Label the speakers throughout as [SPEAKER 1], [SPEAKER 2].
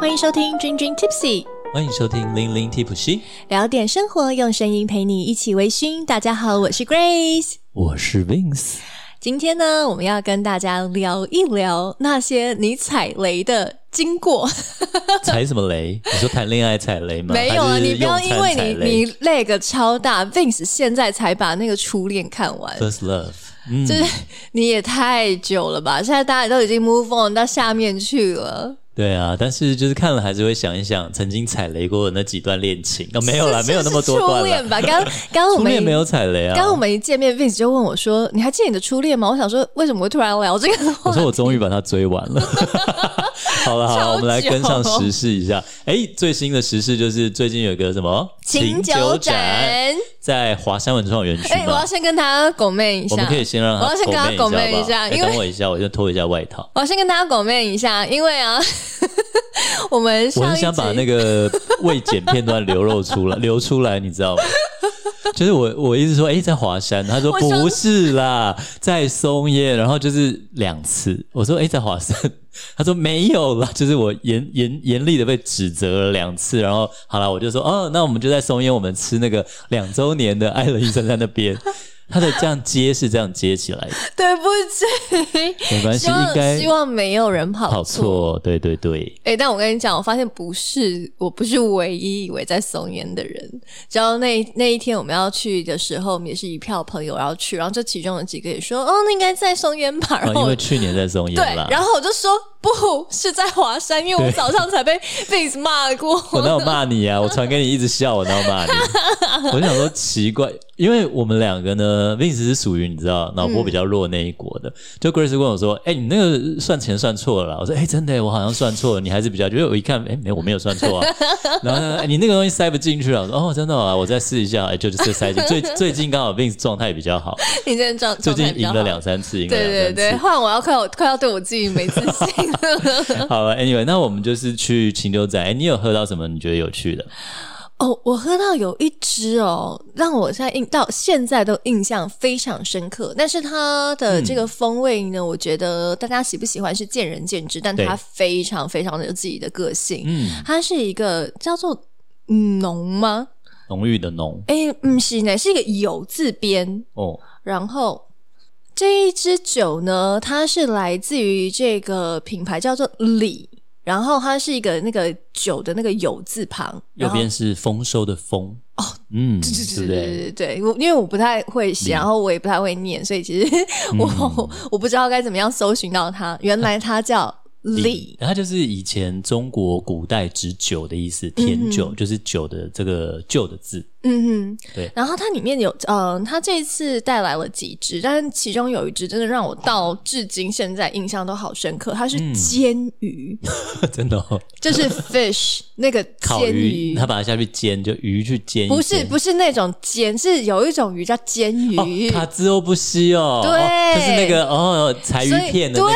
[SPEAKER 1] 欢迎收听《君君 Tipsy》，
[SPEAKER 2] 欢迎收听零零 Tipsy，
[SPEAKER 1] 聊点生活，用声音陪你一起微醺。大家好，我是 Grace。
[SPEAKER 2] 我是 Vince。
[SPEAKER 1] 今天呢，我们要跟大家聊一聊那些你踩雷的经 过。
[SPEAKER 2] 踩什么雷？你说谈恋爱踩雷吗？
[SPEAKER 1] 没有啊，
[SPEAKER 2] 还是
[SPEAKER 1] 你不要
[SPEAKER 2] 用
[SPEAKER 1] 因
[SPEAKER 2] 餐
[SPEAKER 1] 为
[SPEAKER 2] 踩
[SPEAKER 1] 你
[SPEAKER 2] 雷
[SPEAKER 1] 你那个超大，Vince 现在才把那个初恋看完，
[SPEAKER 2] first love，嗯，
[SPEAKER 1] 就是你也太久了吧？现在大家都已经 move on 到下面去了。
[SPEAKER 2] 对啊，但是就是看了还是会想一想曾经踩雷过的那几段恋情啊、没有啦，
[SPEAKER 1] 是
[SPEAKER 2] 没有那么多
[SPEAKER 1] 是初
[SPEAKER 2] 段
[SPEAKER 1] 恋
[SPEAKER 2] 了。
[SPEAKER 1] 吧？刚刚我
[SPEAKER 2] 初
[SPEAKER 1] 们
[SPEAKER 2] 恋没有踩雷啊！
[SPEAKER 1] 刚刚我们一见面，Vince 就问我说：“你还记得你的初恋吗？”我想说，为什么会突然聊这个
[SPEAKER 2] 我
[SPEAKER 1] 话？
[SPEAKER 2] 说我终于把它追完 了。好了好
[SPEAKER 1] 超
[SPEAKER 2] 了，我们来
[SPEAKER 1] 久
[SPEAKER 2] 跟上时事一下。哎，最新的时事就是最近有一个什么
[SPEAKER 1] 酒展，
[SPEAKER 2] 在华山文创园区
[SPEAKER 1] 哎、我
[SPEAKER 2] 嘛
[SPEAKER 1] 要，先跟他狗妹一下，
[SPEAKER 2] 我们可以先让
[SPEAKER 1] 我
[SPEAKER 2] 他
[SPEAKER 1] 要先跟他
[SPEAKER 2] 狗
[SPEAKER 1] 狗妹一
[SPEAKER 2] 一下
[SPEAKER 1] 下
[SPEAKER 2] 吧。哎
[SPEAKER 1] 因为
[SPEAKER 2] 等我一下，我就脱一下外 套。
[SPEAKER 1] 我要先跟大家狗妹一下，因为啊， 我们
[SPEAKER 2] 我
[SPEAKER 1] 上一
[SPEAKER 2] 很
[SPEAKER 1] 集
[SPEAKER 2] 想把那个未剪片段流露出 来，流出来，你知道吗？就是我，我一直说，哎、在华山，他说
[SPEAKER 1] 我想
[SPEAKER 2] 不是啦，在松叶，然后就是两次，我说，哎、在华山，他说没有啦，就是我严严严厉的被指责了两次，然后好了，我就说，哦，那我们就在松叶，我们吃那个两周年的爱乐一三三那边，他的这样接是这样接起来的，
[SPEAKER 1] 对不起，
[SPEAKER 2] 没关系，
[SPEAKER 1] 希
[SPEAKER 2] 应
[SPEAKER 1] 望
[SPEAKER 2] 该
[SPEAKER 1] 希望没有人
[SPEAKER 2] 跑
[SPEAKER 1] 跑错。
[SPEAKER 2] 错，哦对对对，
[SPEAKER 1] 哎、但我跟你讲，我发现不是，我不是唯一以为在松烟的人。只要那那一天我们要去的时候，我们也是一票朋友要去，然后这其中有几个也说，哦，那应该在松烟吧。
[SPEAKER 2] 啊，
[SPEAKER 1] 然后
[SPEAKER 2] 因
[SPEAKER 1] 我
[SPEAKER 2] 为去年在松叶
[SPEAKER 1] 对
[SPEAKER 2] 啦，，
[SPEAKER 1] 然后我就说不是在华山，因为我
[SPEAKER 2] 对
[SPEAKER 1] 早上才 被 Vince 骂过。
[SPEAKER 2] 我哪有骂 你啊？我传给你一直笑，我哪有骂你？ 我就想说奇怪，因为我们两个呢，Vince 是属于你知道脑波比较弱那一国的。就 Grace 问我说：“哎、你那个算钱算错了啦。”我说：“哎、真的耶，我好像算错了。”你还是比较，就是我一看，哎、没有，我没有算错啊。 然后呢，哎你那个东西塞不进去了。我说：“哦，真的啊，我再试一下。哎，就是塞进。最最近刚好 Vince 状态比较 好，
[SPEAKER 1] 你真的状
[SPEAKER 2] 最
[SPEAKER 1] 状
[SPEAKER 2] 近
[SPEAKER 1] 态比较
[SPEAKER 2] 赢
[SPEAKER 1] 好
[SPEAKER 2] 了两三次，赢了两
[SPEAKER 1] 对
[SPEAKER 2] 三次。
[SPEAKER 1] 对对，换我要快我快要对我自己没自信了。
[SPEAKER 2] 好了，Anyway，那我们就是去清酒展。哎、你有喝到什么你觉得有趣的？
[SPEAKER 1] 哦，我喝到有一支哦，让我现在印到现在都印象非常深刻。但是它的这
[SPEAKER 2] 嗯
[SPEAKER 1] 个风味呢，我觉得大家喜不喜欢是见仁见智，但它
[SPEAKER 2] 对
[SPEAKER 1] 非常非常的有自己的个性。
[SPEAKER 2] 嗯，
[SPEAKER 1] 它是一个叫做嗯浓吗？
[SPEAKER 2] 浓郁的浓
[SPEAKER 1] 哎、嗯，是呢，是一个有字边，
[SPEAKER 2] 哦。
[SPEAKER 1] 然后这一支酒呢，它是来自于这个品牌叫做李，然后它是一个那个酒的那个有字旁，
[SPEAKER 2] 右
[SPEAKER 1] 然后
[SPEAKER 2] 边是丰收的丰哦，嗯，对不对？
[SPEAKER 1] 对对对，我因为我不太会写，然后我也不太会念，所以其实我、我不知道该怎么样搜寻到它。原来它叫李，
[SPEAKER 2] 它就是以前中国古代指酒的意思，甜酒就是酒的这个“旧”的字。
[SPEAKER 1] 嗯哼，
[SPEAKER 2] 对
[SPEAKER 1] 然后它里面有，嗯、它这一次带来了几支，但是其中有一支真的让我到至今现在印象都好深刻，它是煎鱼，
[SPEAKER 2] 真的哦，
[SPEAKER 1] 就是 fish 那个
[SPEAKER 2] 烤
[SPEAKER 1] 煎
[SPEAKER 2] 鱼，他把它下去煎，就鱼去煎一煎，
[SPEAKER 1] 不是不是那种煎，是有一种鱼叫煎
[SPEAKER 2] 哦
[SPEAKER 1] 鱼。，
[SPEAKER 2] 卡兹欧不西哦，
[SPEAKER 1] 对
[SPEAKER 2] 哦就是那个哦，柴鱼
[SPEAKER 1] 所以
[SPEAKER 2] 片的那个，哦，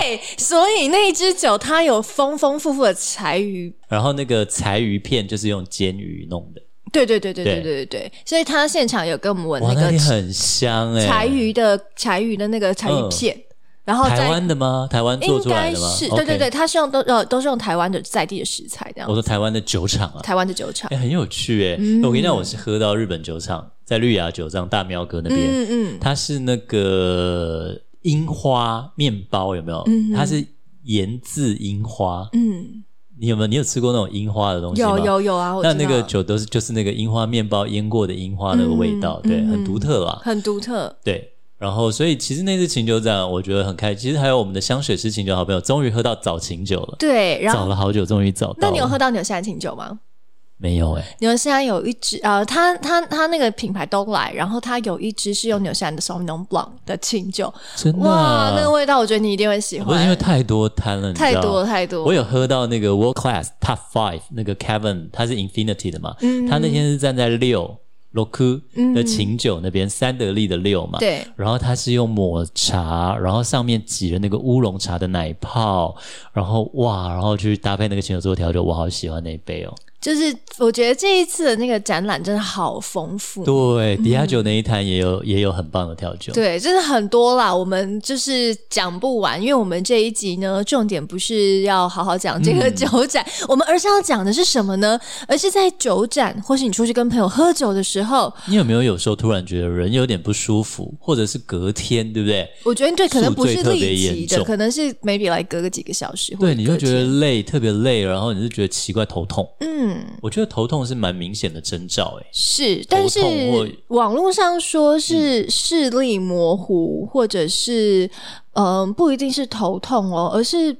[SPEAKER 1] 对，所以那一支酒它有丰丰富富的柴鱼，
[SPEAKER 2] 然后那个柴鱼片就是用煎鱼弄的，
[SPEAKER 1] 对对对对对
[SPEAKER 2] 对
[SPEAKER 1] 对对对，所以他现场有跟我们闻
[SPEAKER 2] 哇，那
[SPEAKER 1] 个
[SPEAKER 2] 里很香哎，
[SPEAKER 1] 柴鱼的柴鱼的那个柴鱼
[SPEAKER 2] 嗯
[SPEAKER 1] 片，然后
[SPEAKER 2] 台
[SPEAKER 1] 再
[SPEAKER 2] 湾的吗？台湾做
[SPEAKER 1] 应
[SPEAKER 2] 出来
[SPEAKER 1] 该
[SPEAKER 2] 的吗？
[SPEAKER 1] 是
[SPEAKER 2] OK
[SPEAKER 1] 对对对，，它是用都呃都是用台湾的在地的食材这样
[SPEAKER 2] 我，说台湾的酒厂啊，
[SPEAKER 1] 台湾的酒厂
[SPEAKER 2] 哎、，很有趣哎、
[SPEAKER 1] 嗯
[SPEAKER 2] 我跟你讲，我是喝到日本酒厂，在绿芽酒厂大喵哥那边，
[SPEAKER 1] 嗯嗯，
[SPEAKER 2] 它是那个樱花面包，有没有？它是盐渍樱花，
[SPEAKER 1] 嗯，
[SPEAKER 2] 你有没有？你有吃过那种樱花的东西吗？
[SPEAKER 1] 有有有啊，我
[SPEAKER 2] 那
[SPEAKER 1] 知
[SPEAKER 2] 那个
[SPEAKER 1] 道
[SPEAKER 2] 酒都是就是那个樱花面包腌过的樱花那个味道，
[SPEAKER 1] 嗯
[SPEAKER 2] 对，
[SPEAKER 1] 嗯
[SPEAKER 2] 很独特啦。
[SPEAKER 1] 很独特，
[SPEAKER 2] 对，然后所以其实那次琴酒展我觉得很开，其实还有我们的香水师琴酒好朋友终于喝到早琴酒了，
[SPEAKER 1] 对，然
[SPEAKER 2] 找
[SPEAKER 1] 后
[SPEAKER 2] 了好久终于找到了。
[SPEAKER 1] 那你有喝到纽西兰清酒吗？
[SPEAKER 2] 没有哎、
[SPEAKER 1] 纽西兰有一支，呃，它它它那个品牌都来，然后它有一支是用纽西兰的 Sauvignon Blanc 的清酒，
[SPEAKER 2] 真的、
[SPEAKER 1] 哇
[SPEAKER 2] 啊？，
[SPEAKER 1] 那个味道我觉得你一定会喜
[SPEAKER 2] 不是因为
[SPEAKER 1] 欢，
[SPEAKER 2] 太多摊了，你知道
[SPEAKER 1] 太多了太多了，
[SPEAKER 2] 我有喝到那个 World Class Top Five 那个 Kevin，他是 Infinity 的嘛，
[SPEAKER 1] 嗯
[SPEAKER 2] 他那天是站在六 Loku 的琴酒那边，三得利的六嘛，
[SPEAKER 1] 对，
[SPEAKER 2] 然后他是用抹茶，然后上面挤了那个乌龙茶的奶泡，然后哇，然后去搭配那个琴酒做调酒，我好喜欢那一杯哦，
[SPEAKER 1] 就是我觉得这一次的那个展览真的好丰富，
[SPEAKER 2] 对，迪亚酒那一摊也有也有很棒的调酒，
[SPEAKER 1] 嗯对，真的很多啦，我们就是讲不完，因为我们这一集呢，重点不是要好好讲这
[SPEAKER 2] 嗯
[SPEAKER 1] 个酒展，我们而是要讲的是什么呢？而是在酒展，或是你出去跟朋友喝酒的时候，
[SPEAKER 2] 你有没有有时候突然觉得人有点不舒服，或者是隔天，对不对？
[SPEAKER 1] 我觉得对，可能不是
[SPEAKER 2] 宿醉特别
[SPEAKER 1] 立即
[SPEAKER 2] 严
[SPEAKER 1] 的，
[SPEAKER 2] 重
[SPEAKER 1] 可能是 maybe 来隔个几个小时，或
[SPEAKER 2] 对，
[SPEAKER 1] 者
[SPEAKER 2] 你就
[SPEAKER 1] 隔
[SPEAKER 2] 觉得
[SPEAKER 1] 天
[SPEAKER 2] 累，特别累，然后你就觉得奇怪头痛。
[SPEAKER 1] 嗯。
[SPEAKER 2] 我觉得头痛是蛮明显的征兆、欸，
[SPEAKER 1] 是，但是
[SPEAKER 2] 痛或嗯
[SPEAKER 1] 网络上说是视力模糊，或者是嗯、不一定是头痛哦，而是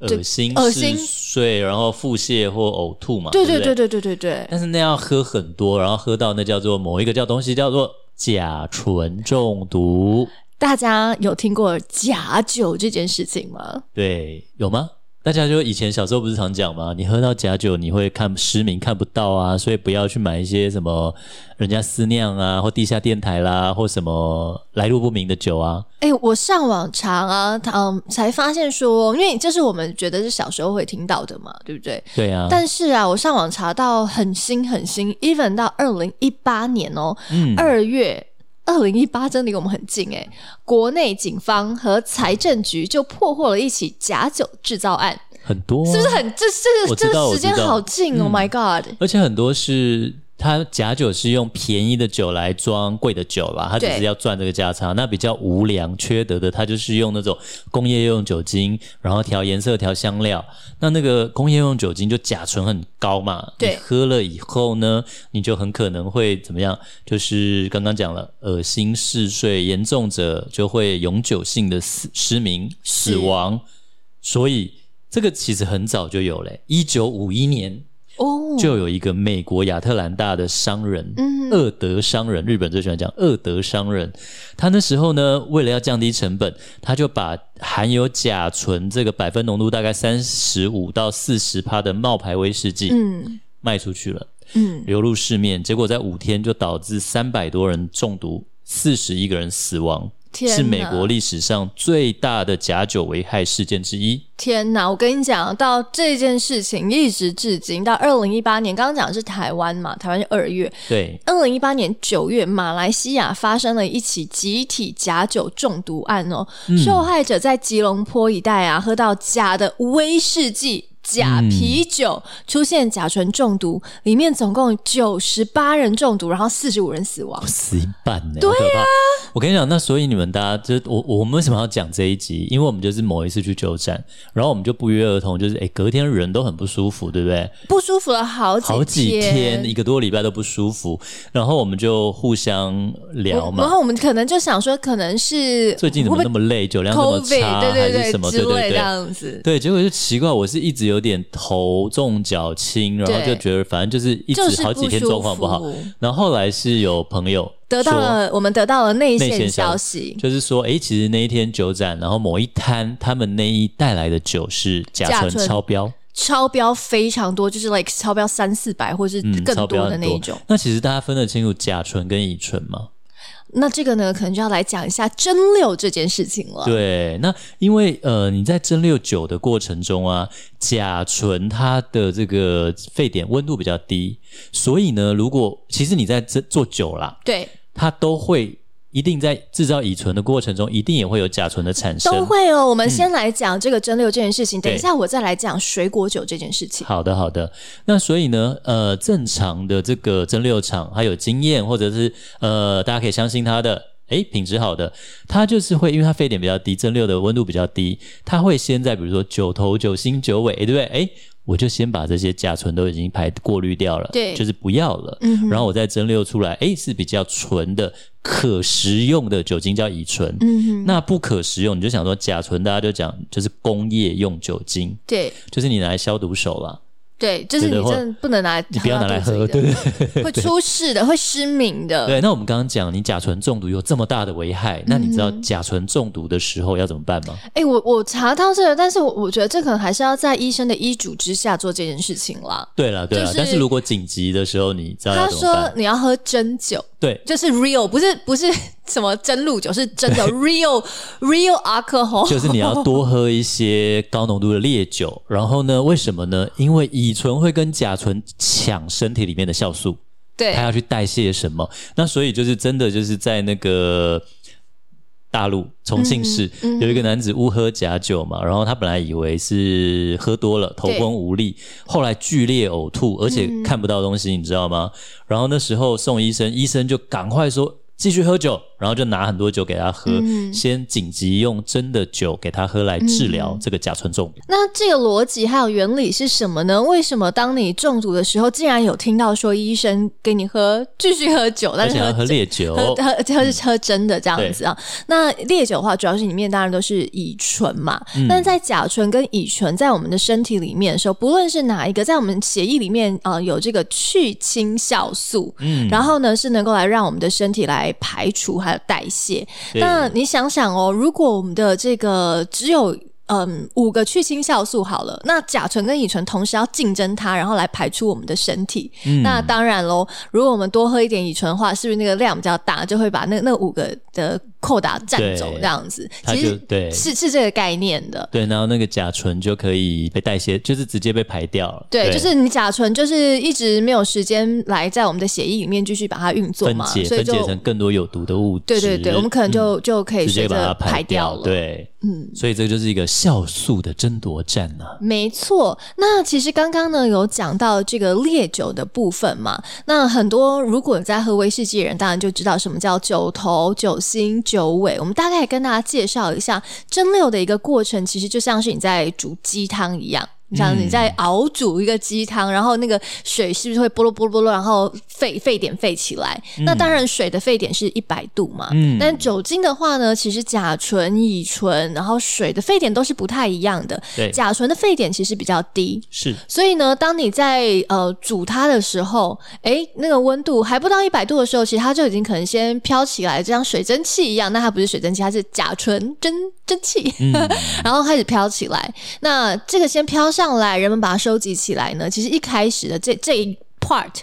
[SPEAKER 1] 对
[SPEAKER 2] 欸恶心、
[SPEAKER 1] 恶心
[SPEAKER 2] 嗜睡，然后腹泻或呕吐嘛，
[SPEAKER 1] 对
[SPEAKER 2] 对
[SPEAKER 1] 对对
[SPEAKER 2] 不
[SPEAKER 1] 对对对对，
[SPEAKER 2] 但是那要喝很多，然后喝到那叫做某一个叫东西叫做甲醇中毒，
[SPEAKER 1] 大家有听过假酒这件事情吗？
[SPEAKER 2] 对，有吗？大家就以前小时候不是常讲吗？你喝到假酒，你会看失明看不到啊，所以不要去买一些什么人家私酿啊，或地下电台啦，或什么来路不明的酒啊。
[SPEAKER 1] 哎、我上网查啊，嗯，才发现说，因为这是我们觉得是小时候会听到的嘛，对不对？
[SPEAKER 2] 对啊，
[SPEAKER 1] 但是啊，我上网查到很新很新，even 到二零一八年哦，
[SPEAKER 2] 嗯，
[SPEAKER 1] 二月。二零一八真离我们很近哎、国内警方和财政局就破获了一起假酒制造案，
[SPEAKER 2] 很多、啊，
[SPEAKER 1] 是不是很这这
[SPEAKER 2] 我
[SPEAKER 1] 个
[SPEAKER 2] 知
[SPEAKER 1] 这
[SPEAKER 2] 道
[SPEAKER 1] 个
[SPEAKER 2] 我
[SPEAKER 1] 时
[SPEAKER 2] 知
[SPEAKER 1] 间
[SPEAKER 2] 道嗯
[SPEAKER 1] 好近、o h my God！
[SPEAKER 2] 而且很多是它假酒是用便宜的酒来装贵的酒啦，它只
[SPEAKER 1] 对
[SPEAKER 2] 是要赚这个价差。那比较无良缺德的，它就是用那种工业用酒精，然后调颜色、调香料。那那个工业用酒精就甲醇很高嘛，
[SPEAKER 1] 对
[SPEAKER 2] 你喝了以后呢，你就很可能会怎么样？就是刚刚讲了，恶心、嗜睡，严重者就会永久性的死失明、死亡。所以这个其实很早就有嘞，一九五一年。
[SPEAKER 1] 哦，
[SPEAKER 2] 就有一个美国亚特兰大的商人，
[SPEAKER 1] 嗯
[SPEAKER 2] 厄德商人，日本最喜欢讲厄德商人。他那时候呢，为了要降低成本，他就把含有甲醇这个百分浓度大概三十五到四十帕的冒牌威士忌
[SPEAKER 1] 嗯
[SPEAKER 2] 卖出去了，
[SPEAKER 1] 嗯，
[SPEAKER 2] 流入市面。结果在五天就导致三百多人中毒，四十一个人死亡，
[SPEAKER 1] 天
[SPEAKER 2] 是美
[SPEAKER 1] 哪
[SPEAKER 2] 国历史上最大的假酒危害事件之一。
[SPEAKER 1] 天哪！我跟你讲，到这件事情一直至今，到二零一八年，刚刚讲的是台湾嘛，台湾是二月，
[SPEAKER 2] 对，
[SPEAKER 1] 二零一八年九月，马来西亚发生了一起集体假酒中毒案哦，
[SPEAKER 2] 嗯
[SPEAKER 1] 受害者在吉隆坡一带啊，喝到假的威士忌。假啤酒、
[SPEAKER 2] 嗯
[SPEAKER 1] 出现甲醇中毒，里面总共九十八人中毒，然后四十五人死亡。
[SPEAKER 2] 死一半呢、
[SPEAKER 1] 啊
[SPEAKER 2] 好可怕！我跟你讲，那所以你们大家就是我，我们为什么要讲这一集？因为我们就是某一次去酒展，然后我们就不约而同，就是哎、诶隔天人都很不舒服，对不对？
[SPEAKER 1] 不舒服了好几
[SPEAKER 2] 好几天，一个多礼拜都不舒服，然后我们就互相聊
[SPEAKER 1] 我然
[SPEAKER 2] 嘛。
[SPEAKER 1] 后我们可能就想说，可能是
[SPEAKER 2] 最近怎么
[SPEAKER 1] 会
[SPEAKER 2] 那
[SPEAKER 1] 不
[SPEAKER 2] 么累，酒量那
[SPEAKER 1] 会
[SPEAKER 2] 么
[SPEAKER 1] COVID
[SPEAKER 2] 差，
[SPEAKER 1] 对
[SPEAKER 2] 还
[SPEAKER 1] 对
[SPEAKER 2] 是什么？
[SPEAKER 1] 对
[SPEAKER 2] 对
[SPEAKER 1] 之类
[SPEAKER 2] 对
[SPEAKER 1] 这
[SPEAKER 2] 对。
[SPEAKER 1] 样子，
[SPEAKER 2] 对，结果就奇怪，我是一直有点头重脚轻，然后
[SPEAKER 1] 对
[SPEAKER 2] 就觉得反正就是一
[SPEAKER 1] 就是
[SPEAKER 2] 直好几天状况不好
[SPEAKER 1] 不舒服。
[SPEAKER 2] 然后后来是有朋友
[SPEAKER 1] 得到
[SPEAKER 2] 说
[SPEAKER 1] 了我们得到了内
[SPEAKER 2] 内
[SPEAKER 1] 线
[SPEAKER 2] 线
[SPEAKER 1] 消
[SPEAKER 2] 消
[SPEAKER 1] 息，
[SPEAKER 2] 就是说，诶，其实那一天酒展，然后某一摊他们那一带来的酒是甲
[SPEAKER 1] 甲
[SPEAKER 2] 醇
[SPEAKER 1] 醇
[SPEAKER 2] 超标，
[SPEAKER 1] 超标非常多，就是 like 超标三四百或是
[SPEAKER 2] 嗯，
[SPEAKER 1] 更
[SPEAKER 2] 超标
[SPEAKER 1] 多的
[SPEAKER 2] 很
[SPEAKER 1] 那一种。
[SPEAKER 2] 那其实大家分得清楚甲醇跟乙醇吗？
[SPEAKER 1] 那这个呢，可能就要来讲一下蒸馏这件事情了。
[SPEAKER 2] 对，那因为呃，你在蒸馏酒的过程中啊，甲醇它的这个沸点温度比较低，所以呢，如果其实你在这做酒啦，
[SPEAKER 1] 对，
[SPEAKER 2] 它都会一定在制造乙醇的过程中，一定也会有甲醇的产生。
[SPEAKER 1] 都会哦。我
[SPEAKER 2] 嗯
[SPEAKER 1] 们先来讲这个蒸馏这件事情，等一下我再来讲水果酒这件事情。
[SPEAKER 2] 好的，好的。那所以呢，呃，正常的这个蒸馏厂，还有经验，或者是呃，大家可以相信它的，诶，品质好的，它就是会，因为它沸点比较低，蒸馏的温度比较低，它会先在比如说九头、九星、九尾，诶对不对？诶，我就先把这些甲醇都已经排过滤掉了，
[SPEAKER 1] 对嗯
[SPEAKER 2] 就是不要了。然后我再蒸馏出来，诶，是比较纯的、可食用的酒精叫乙醇。
[SPEAKER 1] 嗯哼，
[SPEAKER 2] 那不可食用，你就想说甲醇，大家就讲就是工业用酒精，
[SPEAKER 1] 对
[SPEAKER 2] 就是你拿来消毒手啦。
[SPEAKER 1] 对，就是
[SPEAKER 2] 对
[SPEAKER 1] 你
[SPEAKER 2] 的
[SPEAKER 1] 真的不能拿，
[SPEAKER 2] 你不要拿来喝，对
[SPEAKER 1] 对，
[SPEAKER 2] 对对
[SPEAKER 1] 会出事的，会失明的。
[SPEAKER 2] 对。那我们刚刚讲，你甲醇中毒有这么大的危
[SPEAKER 1] 嗯
[SPEAKER 2] 害，那你知道甲醇中毒的时候要怎么办吗？
[SPEAKER 1] 哎，我我查到这个，但是我我觉得这可能还是要在医生的医嘱之下做这件事情啦。
[SPEAKER 2] 对了，对了，
[SPEAKER 1] 就是
[SPEAKER 2] 但是如果紧急的时候，你知道要
[SPEAKER 1] 他
[SPEAKER 2] 怎么
[SPEAKER 1] 说
[SPEAKER 2] 办？
[SPEAKER 1] 你要喝真酒，
[SPEAKER 2] 对
[SPEAKER 1] 就是 real，不是不是什么真露酒，是真的 real real alcohol，
[SPEAKER 2] 就是你要多喝一些高浓度的烈酒。然后呢，为什么呢？因为乙醇会跟甲醇抢身体里面的酵素，
[SPEAKER 1] 对
[SPEAKER 2] 它要去代谢什么？那所以就是真的就是在那个。大陆重庆市、
[SPEAKER 1] 嗯嗯
[SPEAKER 2] 有一个男子误喝假酒嘛，然后他本来以为是喝多了头昏无力，后来剧烈呕吐，而且
[SPEAKER 1] 嗯
[SPEAKER 2] 看不到东西，你知道吗？然后那时候送医生，医生就赶快说继续喝酒，然后就拿很多酒给他喝，
[SPEAKER 1] 嗯
[SPEAKER 2] 先紧急用真的酒给他喝来治
[SPEAKER 1] 嗯
[SPEAKER 2] 疗这个甲醇中毒。
[SPEAKER 1] 那这个逻辑还有原理是什么呢？为什么当你中毒的时候，竟然有听到说医生给你喝继续喝酒，但
[SPEAKER 2] 而
[SPEAKER 1] 是
[SPEAKER 2] 且
[SPEAKER 1] 喝
[SPEAKER 2] 要喝
[SPEAKER 1] 酒
[SPEAKER 2] 烈酒，
[SPEAKER 1] 喝喝喝喝真的这样子啊。那烈酒的话，主要是里面当然都是乙醇嘛。
[SPEAKER 2] 嗯
[SPEAKER 1] 但在甲醇跟乙醇在我们的身体里面的时候，不论是哪一个，在我们血液里面呃有这个去氢酵素，
[SPEAKER 2] 嗯
[SPEAKER 1] 然后呢是能够来让我们的身体来排除还有代谢。
[SPEAKER 2] 对
[SPEAKER 1] 那你想想哦，如果我们的这个只有嗯五个去氢酵素好了，那甲醇跟乙醇同时要竞争它，然后来排出我们的身体。
[SPEAKER 2] 嗯
[SPEAKER 1] 那当然喽，如果我们多喝一点乙醇的话，是不是那个量比较大，就会把那那五个的扣打占走
[SPEAKER 2] 对
[SPEAKER 1] 这样子？
[SPEAKER 2] 他
[SPEAKER 1] 其
[SPEAKER 2] 就
[SPEAKER 1] 实
[SPEAKER 2] 对
[SPEAKER 1] 是是这个概念的。
[SPEAKER 2] 对，然后那个甲醇就可以被代谢，就是直接被排掉了。
[SPEAKER 1] 对，就是你甲醇就是一直没有时间来在我们的血液里面继续把它运作
[SPEAKER 2] 分
[SPEAKER 1] 嘛，
[SPEAKER 2] 解
[SPEAKER 1] 所以
[SPEAKER 2] 分
[SPEAKER 1] 就
[SPEAKER 2] 解成更多有毒的物质。嗯
[SPEAKER 1] 对对对，我们可能就、就可以
[SPEAKER 2] 直
[SPEAKER 1] 随
[SPEAKER 2] 接把它
[SPEAKER 1] 着
[SPEAKER 2] 排
[SPEAKER 1] 掉了。
[SPEAKER 2] 对，
[SPEAKER 1] 嗯
[SPEAKER 2] 嗯，所以这就是一个酵素的争夺战呢、啊。
[SPEAKER 1] 没错，那其实刚刚呢有讲到这个烈酒的部分嘛，那很多如果有在喝威士忌的人，当然就知道什么叫酒头、酒心、酒尾。我们大概跟大家介绍一下蒸馏的一个过程，其实就像是你在煮鸡汤一样。你像你在熬煮一个鸡汤，然后那个水是不是会波噜波噜波噜，然后沸沸点沸起来？那当然，水的沸点是一百度嘛。
[SPEAKER 2] 嗯
[SPEAKER 1] 但酒精的话呢，其实甲醇、乙醇，然后水的沸点都是不太一样的。
[SPEAKER 2] 对，
[SPEAKER 1] 甲醇的沸点其实比较低，
[SPEAKER 2] 是
[SPEAKER 1] 所以呢，当你在呃煮它的时候，诶，那个温度还不到一百度的时候，其实它就已经可能先飘起来，就像水蒸气一样。那它不是水蒸气，它是甲醇蒸蒸汽， 然后开始飘起来。那这个先飘上来，人们把它收集起来呢，其实一开始的这这一 part。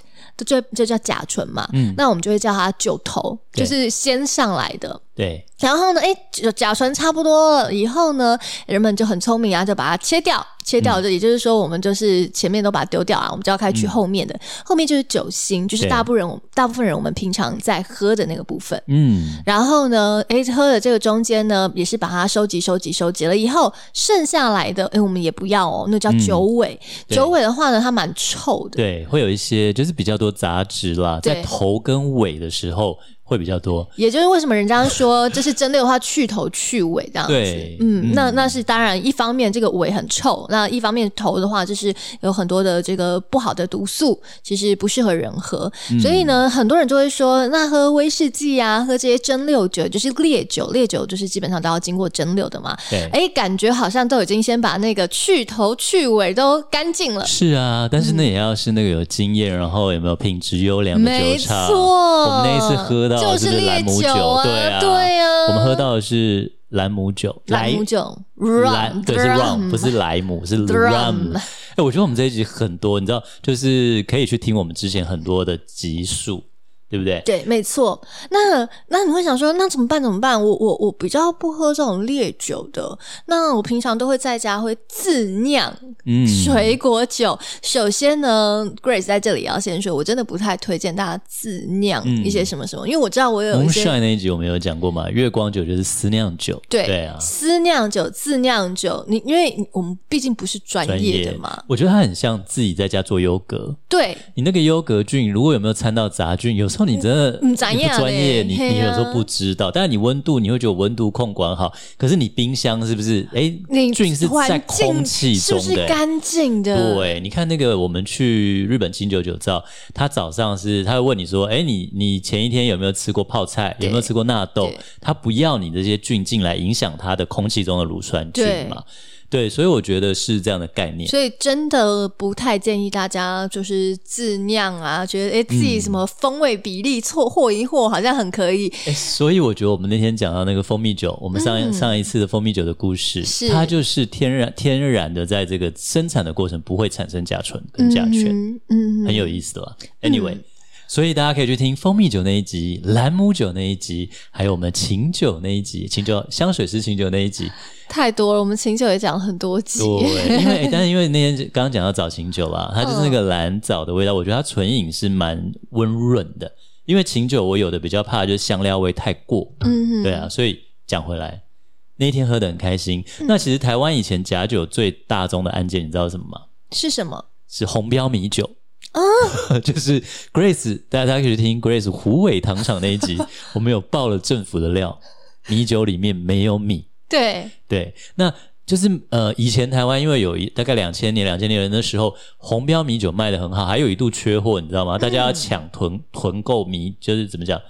[SPEAKER 1] 就就叫甲醇嘛，那我们就会叫它酒头，就
[SPEAKER 2] 对
[SPEAKER 1] 是先上来的。
[SPEAKER 2] 对，
[SPEAKER 1] 然后呢，哎，甲甲醇差不多了以后呢，人们就很聪明啊，就把它切掉，切
[SPEAKER 2] 嗯
[SPEAKER 1] 掉。就、也就是说，我们就是前面都把它丢掉啊，我们就要开始去后面的，后面就是酒心，就是
[SPEAKER 2] 对
[SPEAKER 1] 大部分人我大部分人我们平常在喝的那个部分。
[SPEAKER 2] 嗯，
[SPEAKER 1] 然后呢，诶，喝的这个中间呢，也是把它收集、收集、收集了以后，剩下来的，诶，我们也不要哦，那叫酒尾。
[SPEAKER 2] 嗯对
[SPEAKER 1] 酒尾的话呢，它蛮臭的，
[SPEAKER 2] 对，会有一些就是比较多杂质啦，
[SPEAKER 1] 对
[SPEAKER 2] 在头跟尾的时候会比较多。
[SPEAKER 1] 也就是为什么人家说这是真的的话，去头去尾这样子。
[SPEAKER 2] 对
[SPEAKER 1] 嗯，那那是当然，一方面这个尾很臭，那一方面头的话就是有很多的这个不好的毒素，其实不适合人喝。
[SPEAKER 2] 嗯
[SPEAKER 1] 所以呢，很多人就会说，那喝威士忌啊，喝这些蒸馏酒，就是烈酒，烈酒就是基本上都要经过蒸馏的嘛。
[SPEAKER 2] 对，
[SPEAKER 1] 哎，感觉好像都已经先把那个去头去尾都干净了。
[SPEAKER 2] 是啊，但是
[SPEAKER 1] 嗯
[SPEAKER 2] 那也要是那个有经验，然后有没有品质优良的
[SPEAKER 1] 没
[SPEAKER 2] 酒
[SPEAKER 1] 错
[SPEAKER 2] 厂。，我们那一次喝到的
[SPEAKER 1] 就是烈
[SPEAKER 2] 兰姆
[SPEAKER 1] 酒啊，
[SPEAKER 2] 对啊，
[SPEAKER 1] 对啊
[SPEAKER 2] 我们喝到的是兰姆酒，
[SPEAKER 1] 兰姆酒 rum，
[SPEAKER 2] 莱对是 rum，不
[SPEAKER 1] 是
[SPEAKER 2] 是莱姆是
[SPEAKER 1] Drum
[SPEAKER 2] rum。哎、我觉得我们这一集很多，你知道，就是可以去听我们之前很多的集数，对不对？
[SPEAKER 1] 对，没错。那那你会想说，那怎么办？怎么办？我我我比较不喝这种烈酒的，那我平常都会在家会自酿
[SPEAKER 2] 嗯，
[SPEAKER 1] 水果酒。首先呢，Grace 在这里要先说，我真的不太推荐大家自酿
[SPEAKER 2] 嗯
[SPEAKER 1] 一些什么什么，因为我知道我有一些
[SPEAKER 2] moonshine 那一集我们有讲过嘛，月光酒就是私酿酒，
[SPEAKER 1] 对
[SPEAKER 2] 啊，
[SPEAKER 1] 私酿酒、自酿酒，你因为我们毕竟不是专
[SPEAKER 2] 专
[SPEAKER 1] 业
[SPEAKER 2] 业
[SPEAKER 1] 的嘛，
[SPEAKER 2] 我觉得它很像自己在家做优格。
[SPEAKER 1] 对，
[SPEAKER 2] 你那个优格菌如果有没有掺到杂菌，有时候你真的
[SPEAKER 1] 嗯
[SPEAKER 2] 你
[SPEAKER 1] 不
[SPEAKER 2] 不
[SPEAKER 1] 知影
[SPEAKER 2] 专业，
[SPEAKER 1] 呢
[SPEAKER 2] 你
[SPEAKER 1] 嘿啊
[SPEAKER 2] 你有时候不知道。但是你温度你会觉得温度控管好，可是你冰箱是不是？哎
[SPEAKER 1] 你，
[SPEAKER 2] 菌是在
[SPEAKER 1] 环境
[SPEAKER 2] 空气
[SPEAKER 1] 是
[SPEAKER 2] 中
[SPEAKER 1] 不是
[SPEAKER 2] 的、
[SPEAKER 1] 干净的？
[SPEAKER 2] 对，你看那个我们去日本清酒酒造，他早上是他会问你说，哎，你你前一天有没有吃过泡菜？
[SPEAKER 1] 对
[SPEAKER 2] 有没有吃过纳豆
[SPEAKER 1] 对？
[SPEAKER 2] 他不要你这些菌进来影响它的空气中的乳酸
[SPEAKER 1] 对
[SPEAKER 2] 菌嘛。对，所以我觉得是这样的概念。
[SPEAKER 1] 所以真的不太建议大家就是自酿啊，觉得诶自己什么风味比例错和一和好像很可以。
[SPEAKER 2] 哎，所以我觉得我们那天讲到那个蜂蜜酒，我们上、上一次的蜂蜜酒的故事
[SPEAKER 1] 嗯是，
[SPEAKER 2] 它就是天然天然的在这个生产的过程不会产生甲醇跟甲醛，
[SPEAKER 1] 嗯嗯，嗯
[SPEAKER 2] 很有意思吧？Anyway，、所以大家可以去听蜂蜜酒那一集、兰姆酒那一集，还有我们琴酒那一集、琴酒香水师琴酒那一集。
[SPEAKER 1] 太多了，我们琴酒也讲很多集，
[SPEAKER 2] 对，因为但是因为那天刚刚讲到早琴酒啦，它就是那个蓝藻的味道，我觉得它纯饮是蛮温润的。因为琴酒我有的比较怕就是香料味太过，
[SPEAKER 1] 嗯，
[SPEAKER 2] 对啊，所以讲回来，那一天喝得很开心。那其实台湾以前假酒最大宗的案件，你知道是什么吗？
[SPEAKER 1] 是什么？
[SPEAKER 2] 是红标米酒。啊， 就是 Grace，大家大家可以去听 Grace 虎尾糖厂那一集，我们有爆了政府的料，米酒里面没有米，
[SPEAKER 1] 对，
[SPEAKER 2] 对，那就是呃，以前台湾因为有一大概两千年、两千年的时候，红标米酒卖的很好，还有一度缺货，你知道吗？大家要抢囤囤购米，就是怎么讲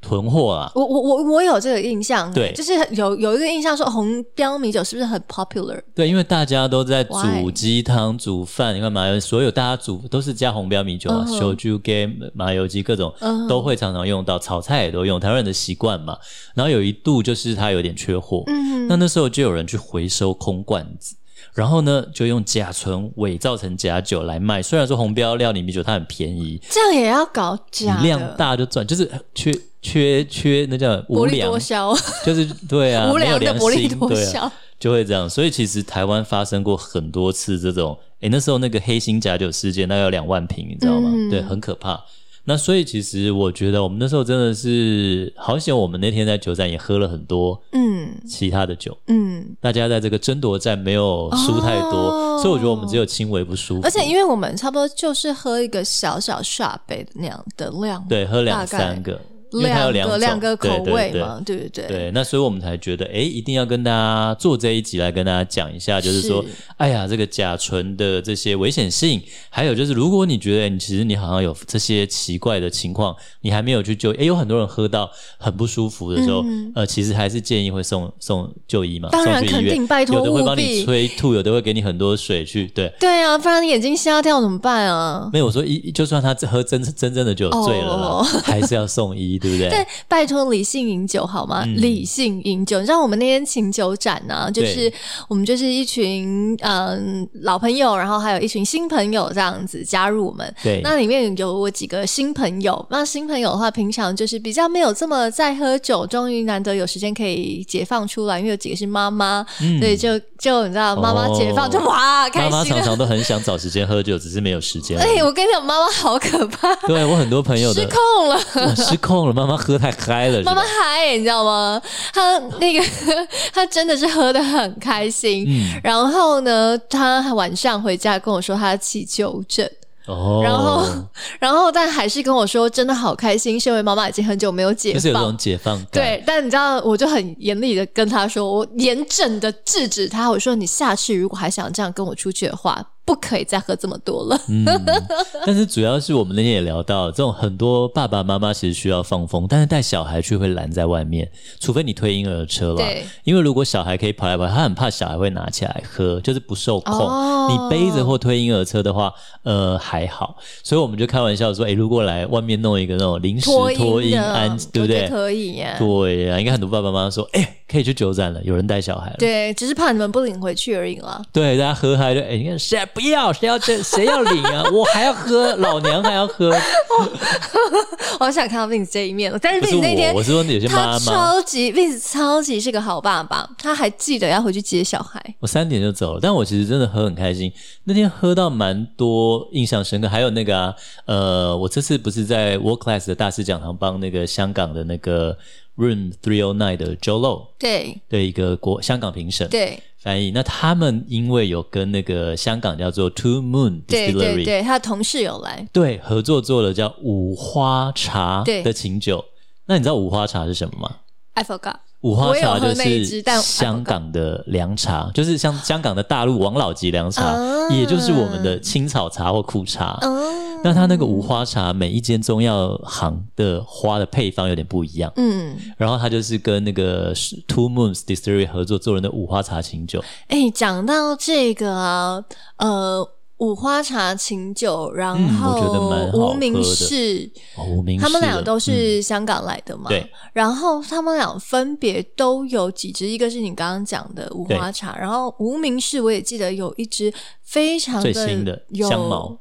[SPEAKER 2] 囤货啊？
[SPEAKER 1] 我我我我有这个印象，
[SPEAKER 2] 对
[SPEAKER 1] 就是有有一个印象说红标米酒是不是很 popular？
[SPEAKER 2] 对，因为大家都在
[SPEAKER 1] Why？
[SPEAKER 2] 煮鸡汤、煮饭，你看麻油，所有大家煮都是加红标米酒啊，
[SPEAKER 1] 嗯哼
[SPEAKER 2] 烧酒、game、麻油鸡各种
[SPEAKER 1] 嗯哼
[SPEAKER 2] 都会常常用到，炒菜也都用，台湾人的习惯嘛。然后有一度就是它有点缺货，
[SPEAKER 1] 嗯
[SPEAKER 2] 那那时候就有人去回收空罐子，然后呢，就用甲醇伪造成假酒来卖。虽然说红标料理米酒它很便宜，
[SPEAKER 1] 这样也要搞假的
[SPEAKER 2] 你量大就赚，就是缺缺缺那叫无
[SPEAKER 1] 薄利
[SPEAKER 2] 良
[SPEAKER 1] 多，销，
[SPEAKER 2] 就是对啊，
[SPEAKER 1] 无
[SPEAKER 2] 没有
[SPEAKER 1] 良的
[SPEAKER 2] 良
[SPEAKER 1] 薄利
[SPEAKER 2] 心，
[SPEAKER 1] 多
[SPEAKER 2] 对
[SPEAKER 1] 销
[SPEAKER 2] 啊，，就会这样。所以其实台湾发生过很多次这种，诶，那时候那个黑心假酒事件，大概有两万瓶，你知道吗？
[SPEAKER 1] 嗯
[SPEAKER 2] 对，很可怕。那所以其实我觉得我们那时候真的是好险，我们那天在酒展也喝了很多
[SPEAKER 1] 嗯
[SPEAKER 2] 其他的酒。
[SPEAKER 1] 嗯。
[SPEAKER 2] 大家在这个争夺战没有输太多，
[SPEAKER 1] 哦
[SPEAKER 2] 所以我觉得我们只有轻微不舒服。
[SPEAKER 1] 而且因为我们差不多就是喝一个小小下杯那样的量，
[SPEAKER 2] 对喝两
[SPEAKER 1] 大概
[SPEAKER 2] 三个，因为它有
[SPEAKER 1] 两
[SPEAKER 2] 种
[SPEAKER 1] 个两个口味嘛对
[SPEAKER 2] 对，
[SPEAKER 1] 不对？
[SPEAKER 2] 对对对，那所以我们才觉得，哎，一定要跟大家做这一集来跟大家讲一下，就是说
[SPEAKER 1] 是，
[SPEAKER 2] 哎呀，这个甲醇的这些危险性，还有就是，如果你觉得你其实你好像有这些奇怪的情况，你还没有去就，哎，有很多人喝到很不舒服的时候，呃，其实还是建议会送送就医嘛，
[SPEAKER 1] 嗯当然
[SPEAKER 2] 送去医
[SPEAKER 1] 肯
[SPEAKER 2] 院，
[SPEAKER 1] 定拜托
[SPEAKER 2] 有的会
[SPEAKER 1] 务
[SPEAKER 2] 帮你
[SPEAKER 1] 必
[SPEAKER 2] 催吐，有的会给你很多水去，对。
[SPEAKER 1] 对啊，不然你眼睛瞎掉怎么办啊？
[SPEAKER 2] 没有，我说一就算他喝真真正的酒醉了啦，
[SPEAKER 1] 哦
[SPEAKER 2] 还是要送医，对 不对？嗯
[SPEAKER 1] 但拜托理性饮酒好吗？理性饮酒，你知道我们那天请酒展呢、啊，就是
[SPEAKER 2] 对
[SPEAKER 1] 我们就是一群嗯老朋友，然后还有一群新朋友这样子加入我们。
[SPEAKER 2] 对
[SPEAKER 1] 那里面有我几个新朋友，那新朋友的话，平常就是比较没有这么在喝酒，终于难得有时间可以解放出来，因为有几个是妈妈，所以就就你知道妈妈解放、
[SPEAKER 2] 嗯哦
[SPEAKER 1] 就哇开
[SPEAKER 2] 妈妈
[SPEAKER 1] 心
[SPEAKER 2] 常
[SPEAKER 1] 了。
[SPEAKER 2] 常都很想找时间喝酒，只是没有时 间而
[SPEAKER 1] 哎、
[SPEAKER 2] 已。
[SPEAKER 1] 我跟你讲，妈妈好可怕，
[SPEAKER 2] 对我很多朋友
[SPEAKER 1] 失
[SPEAKER 2] 的
[SPEAKER 1] 控了。
[SPEAKER 2] 我失控了，妈妈喝太嗨了，是吧
[SPEAKER 1] 妈妈嗨、你知道吗？她那个 她真的是喝的很开心。
[SPEAKER 2] 嗯
[SPEAKER 1] 然后呢，她晚上回家跟我说她起酒疹，
[SPEAKER 2] 哦，
[SPEAKER 1] 然后 然后但还是跟我说真的好开心，是因为妈妈已经很久没有解
[SPEAKER 2] 就是有
[SPEAKER 1] 放
[SPEAKER 2] 种。解放感。
[SPEAKER 1] 对，但你知道，我就很严厉的跟她说，我严正的制止她，我说你下次如果还想这样跟我出去的话，不可以再喝这么多 了。
[SPEAKER 2] 嗯但是主要是我们那天也聊到，这种很多爸爸妈妈其实需要放风，但是带小孩去会拦在外面，除非你推婴儿车啦
[SPEAKER 1] 对。
[SPEAKER 2] 因为如果小孩可以跑来跑，去，他很怕小孩会拿起来喝，就是不受控。
[SPEAKER 1] 哦
[SPEAKER 2] 你背着或推婴儿车的话，呃还好。所以我们就开玩笑说，诶，哎如果来外面弄一个那种临时托婴
[SPEAKER 1] 的
[SPEAKER 2] 安，对
[SPEAKER 1] 我觉得
[SPEAKER 2] 不对？
[SPEAKER 1] 可以耶。
[SPEAKER 2] 对啊呀、应该很多爸爸妈妈说，诶，可以去酒展了，有人带小孩了。
[SPEAKER 1] 对，只是怕你们不领回去而已啦。
[SPEAKER 2] 对，大家喝嗨就哎、你看谁不要，谁要这，谁要领啊？我还要喝，老娘还要 喝，
[SPEAKER 1] 我好想看到 Vince 这一面了，但是
[SPEAKER 2] 不是
[SPEAKER 1] Vince 那天
[SPEAKER 2] 我，我是说有些
[SPEAKER 1] 他
[SPEAKER 2] 妈妈，
[SPEAKER 1] 超级 Vince 超级是个好爸爸，他还记得要回去接小孩。
[SPEAKER 2] 我三点就走了，但我其实真的喝很开心，那天喝到蛮多印象深刻，还有那个啊，呃，我这次不是在 World Class 的大师讲堂帮那个香港的那个 Room Three O Nine 的 Joe Lo
[SPEAKER 1] 对
[SPEAKER 2] 的一个国香港评审
[SPEAKER 1] 对
[SPEAKER 2] 翻译，那他们因为有跟那个香港叫做 Two Moon
[SPEAKER 1] 对对
[SPEAKER 2] Distillery
[SPEAKER 1] 对，他的同事有来，
[SPEAKER 2] 对，合作做了叫五花茶
[SPEAKER 1] 对
[SPEAKER 2] 的琴酒。那你知道五花茶是什么吗？
[SPEAKER 1] I forgot。
[SPEAKER 2] 五花茶
[SPEAKER 1] 我有喝
[SPEAKER 2] 就
[SPEAKER 1] 那一支
[SPEAKER 2] 是
[SPEAKER 1] 但
[SPEAKER 2] 香港的凉茶，就是像香港的大陆王老吉凉茶，
[SPEAKER 1] 啊
[SPEAKER 2] 也就是我们的青草茶或苦茶。
[SPEAKER 1] 嗯
[SPEAKER 2] 那它那个五花茶，每一间中药行的花的配方有点不一样。
[SPEAKER 1] 嗯，
[SPEAKER 2] 然后它就是跟那个 Two Moons Distillery 合作做了那五花茶琴酒，
[SPEAKER 1] 哎，讲到这个啊，呃，五花茶琴酒，然
[SPEAKER 2] 嗯我
[SPEAKER 1] 后
[SPEAKER 2] 觉得蛮好喝的
[SPEAKER 1] 无名氏，
[SPEAKER 2] 哦，无名氏
[SPEAKER 1] 他们俩
[SPEAKER 2] 的
[SPEAKER 1] 都
[SPEAKER 2] 嗯
[SPEAKER 1] 是香港来的嘛，
[SPEAKER 2] 对。
[SPEAKER 1] 然后他们俩分别都有几支，一个是你刚刚讲的无花茶，然后无名氏我也记得有一支非常
[SPEAKER 2] 最新的
[SPEAKER 1] 啊有
[SPEAKER 2] 香茅，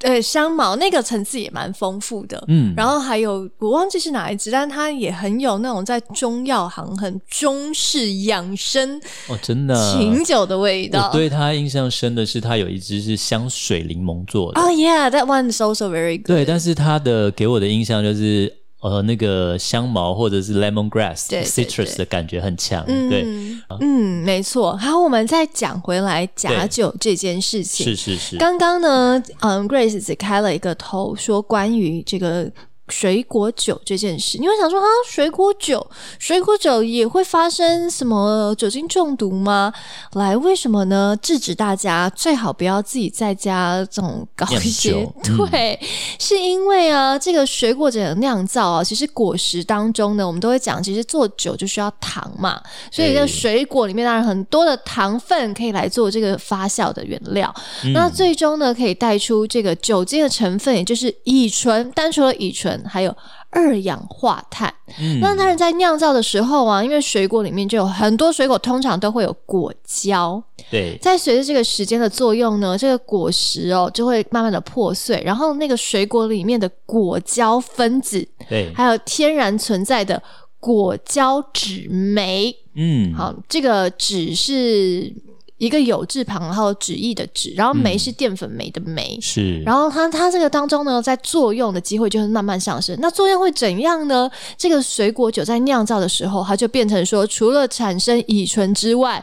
[SPEAKER 1] 对，香茅那个层次也蛮丰富的。
[SPEAKER 2] 嗯，
[SPEAKER 1] 然后还有我忘记是哪一支，但它也很有那种在中药行很中式养生
[SPEAKER 2] 哦，真的，
[SPEAKER 1] 琴酒的味道
[SPEAKER 2] 我。对他印象深的是，他有一支是香水柠檬做的，
[SPEAKER 1] Oh yeah, that one is also very good.
[SPEAKER 2] 对，但是他的给我的印象就是。呃，那个香茅或者是 lemon grass、
[SPEAKER 1] 对对
[SPEAKER 2] citrus
[SPEAKER 1] 对
[SPEAKER 2] 的感觉很强，对，
[SPEAKER 1] 嗯嗯，没错。好，我们再讲回来假
[SPEAKER 2] 对
[SPEAKER 1] 酒这件事情。
[SPEAKER 2] 是是是，
[SPEAKER 1] 刚刚呢，嗯，Grace 只开了一个头，说关于这个水果酒这件事。你会想说啊，水果酒，水果酒也会发生什么酒精中毒吗？来，为什么呢？制止大家最好不要自己在家这种搞一些
[SPEAKER 2] 酿酒，
[SPEAKER 1] 对，是因为啊，这个水果酒的酿造啊，其实果实当中呢，我们都会讲，其实做酒就需要糖嘛，所以这个
[SPEAKER 2] 对
[SPEAKER 1] 水果里面当然很多的糖分可以来做这个发酵的原料。
[SPEAKER 2] 嗯
[SPEAKER 1] 那最终呢，可以带出这个酒精的成分，也就是乙醇。但除了乙醇，还有二氧化碳。
[SPEAKER 2] 嗯
[SPEAKER 1] 那当然在酿造的时候啊，因为水果里面就有很多水果，通常都会有果胶。
[SPEAKER 2] 对，
[SPEAKER 1] 在随着这个时间的作用呢，这个果实哦就会慢慢的破碎，然后那个水果里面的果胶分子，
[SPEAKER 2] 对，
[SPEAKER 1] 还有天然存在的果胶酯酶，
[SPEAKER 2] 嗯，
[SPEAKER 1] 好，这个酯是一个有字旁，然后旨意的旨，然后酶是淀粉酶的酶。
[SPEAKER 2] 是，
[SPEAKER 1] 然后它它这个当中呢，在作用的机会就会慢慢上升。那作用会怎样呢？这个水果酒在酿造的时候，它就变成说，除了产生乙醇之外，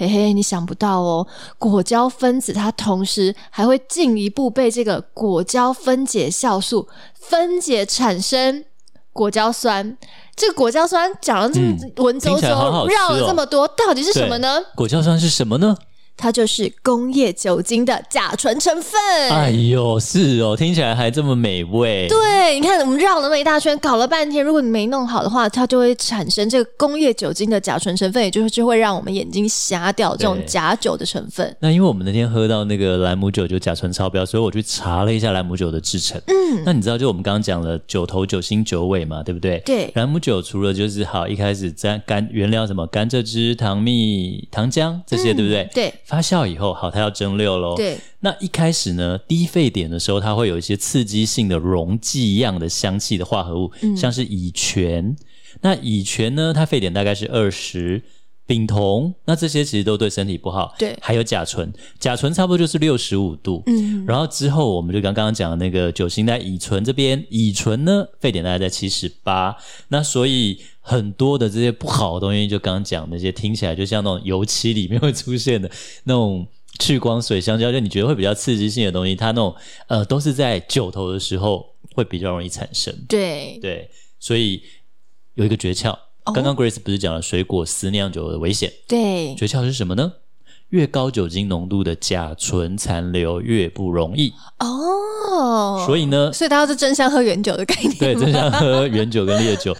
[SPEAKER 1] 嘿嘿，你想不到哦，果胶分子它同时还会进一步被这个果胶分解酵素分解产生果胶酸。这个果胶酸讲了这么
[SPEAKER 2] 嗯
[SPEAKER 1] 文绉
[SPEAKER 2] 听起来好
[SPEAKER 1] 绉，
[SPEAKER 2] 好吃哦
[SPEAKER 1] 绕了这么多，到底是什么呢？
[SPEAKER 2] 果胶酸是什么呢？
[SPEAKER 1] 它就是工业酒精的甲醇成分。
[SPEAKER 2] 哎呦，是哦，听起来还这么美味，
[SPEAKER 1] 对，你看我们绕了那么一大圈，搞了半天，如果你没弄好的话，它就会产生这个工业酒精的甲醇成分，也就是就会让我们眼睛瞎掉这种
[SPEAKER 2] 对
[SPEAKER 1] 假酒的成分。
[SPEAKER 2] 那因为我们那天喝到那个兰姆酒就甲醇超标，所以我去查了一下兰姆酒的制成。嗯，那你知道，就我们刚刚讲了九头、九星、九尾嘛，对不对？
[SPEAKER 1] 对
[SPEAKER 2] 兰姆酒除了就是好一开始沾甘原料什么甘蔗汁、糖蜜、糖浆这些，对不嗯对？
[SPEAKER 1] 对哦
[SPEAKER 2] 发酵以后，好，它要蒸馏喽。。
[SPEAKER 1] 对，
[SPEAKER 2] 那一开始呢，低沸点的时候，它会有一些刺激性的溶剂样的香气的化合物，像是乙醛。那乙醛呢，它沸点大概是二十。丙酮，那这些其实都对身体不好。
[SPEAKER 1] 对
[SPEAKER 2] 还有甲醇，甲醇差不多就是六十五度。嗯，然后之后我们就刚刚讲的那个酒精在乙醇这边，乙醇呢沸点大概在七十八，那所以很多的这些不好的东西，就刚刚讲那些听起来就像那种油漆里面会出现的那种去光水香蕉，就你觉得会比较刺激性的东西，它那种呃都是在酒头的时候会比较容易产生。
[SPEAKER 1] 对，
[SPEAKER 2] 对，所以有一个诀窍，刚刚 Grace 不是讲了水果丝酿酒的危险，
[SPEAKER 1] 对，
[SPEAKER 2] 诀窍是什么呢？越高酒精浓度的甲醇残留越不容易，
[SPEAKER 1] 哦，
[SPEAKER 2] 所以呢，
[SPEAKER 1] 所以大家是真香喝原酒的概念。
[SPEAKER 2] 对，真想喝原酒跟 烈酒。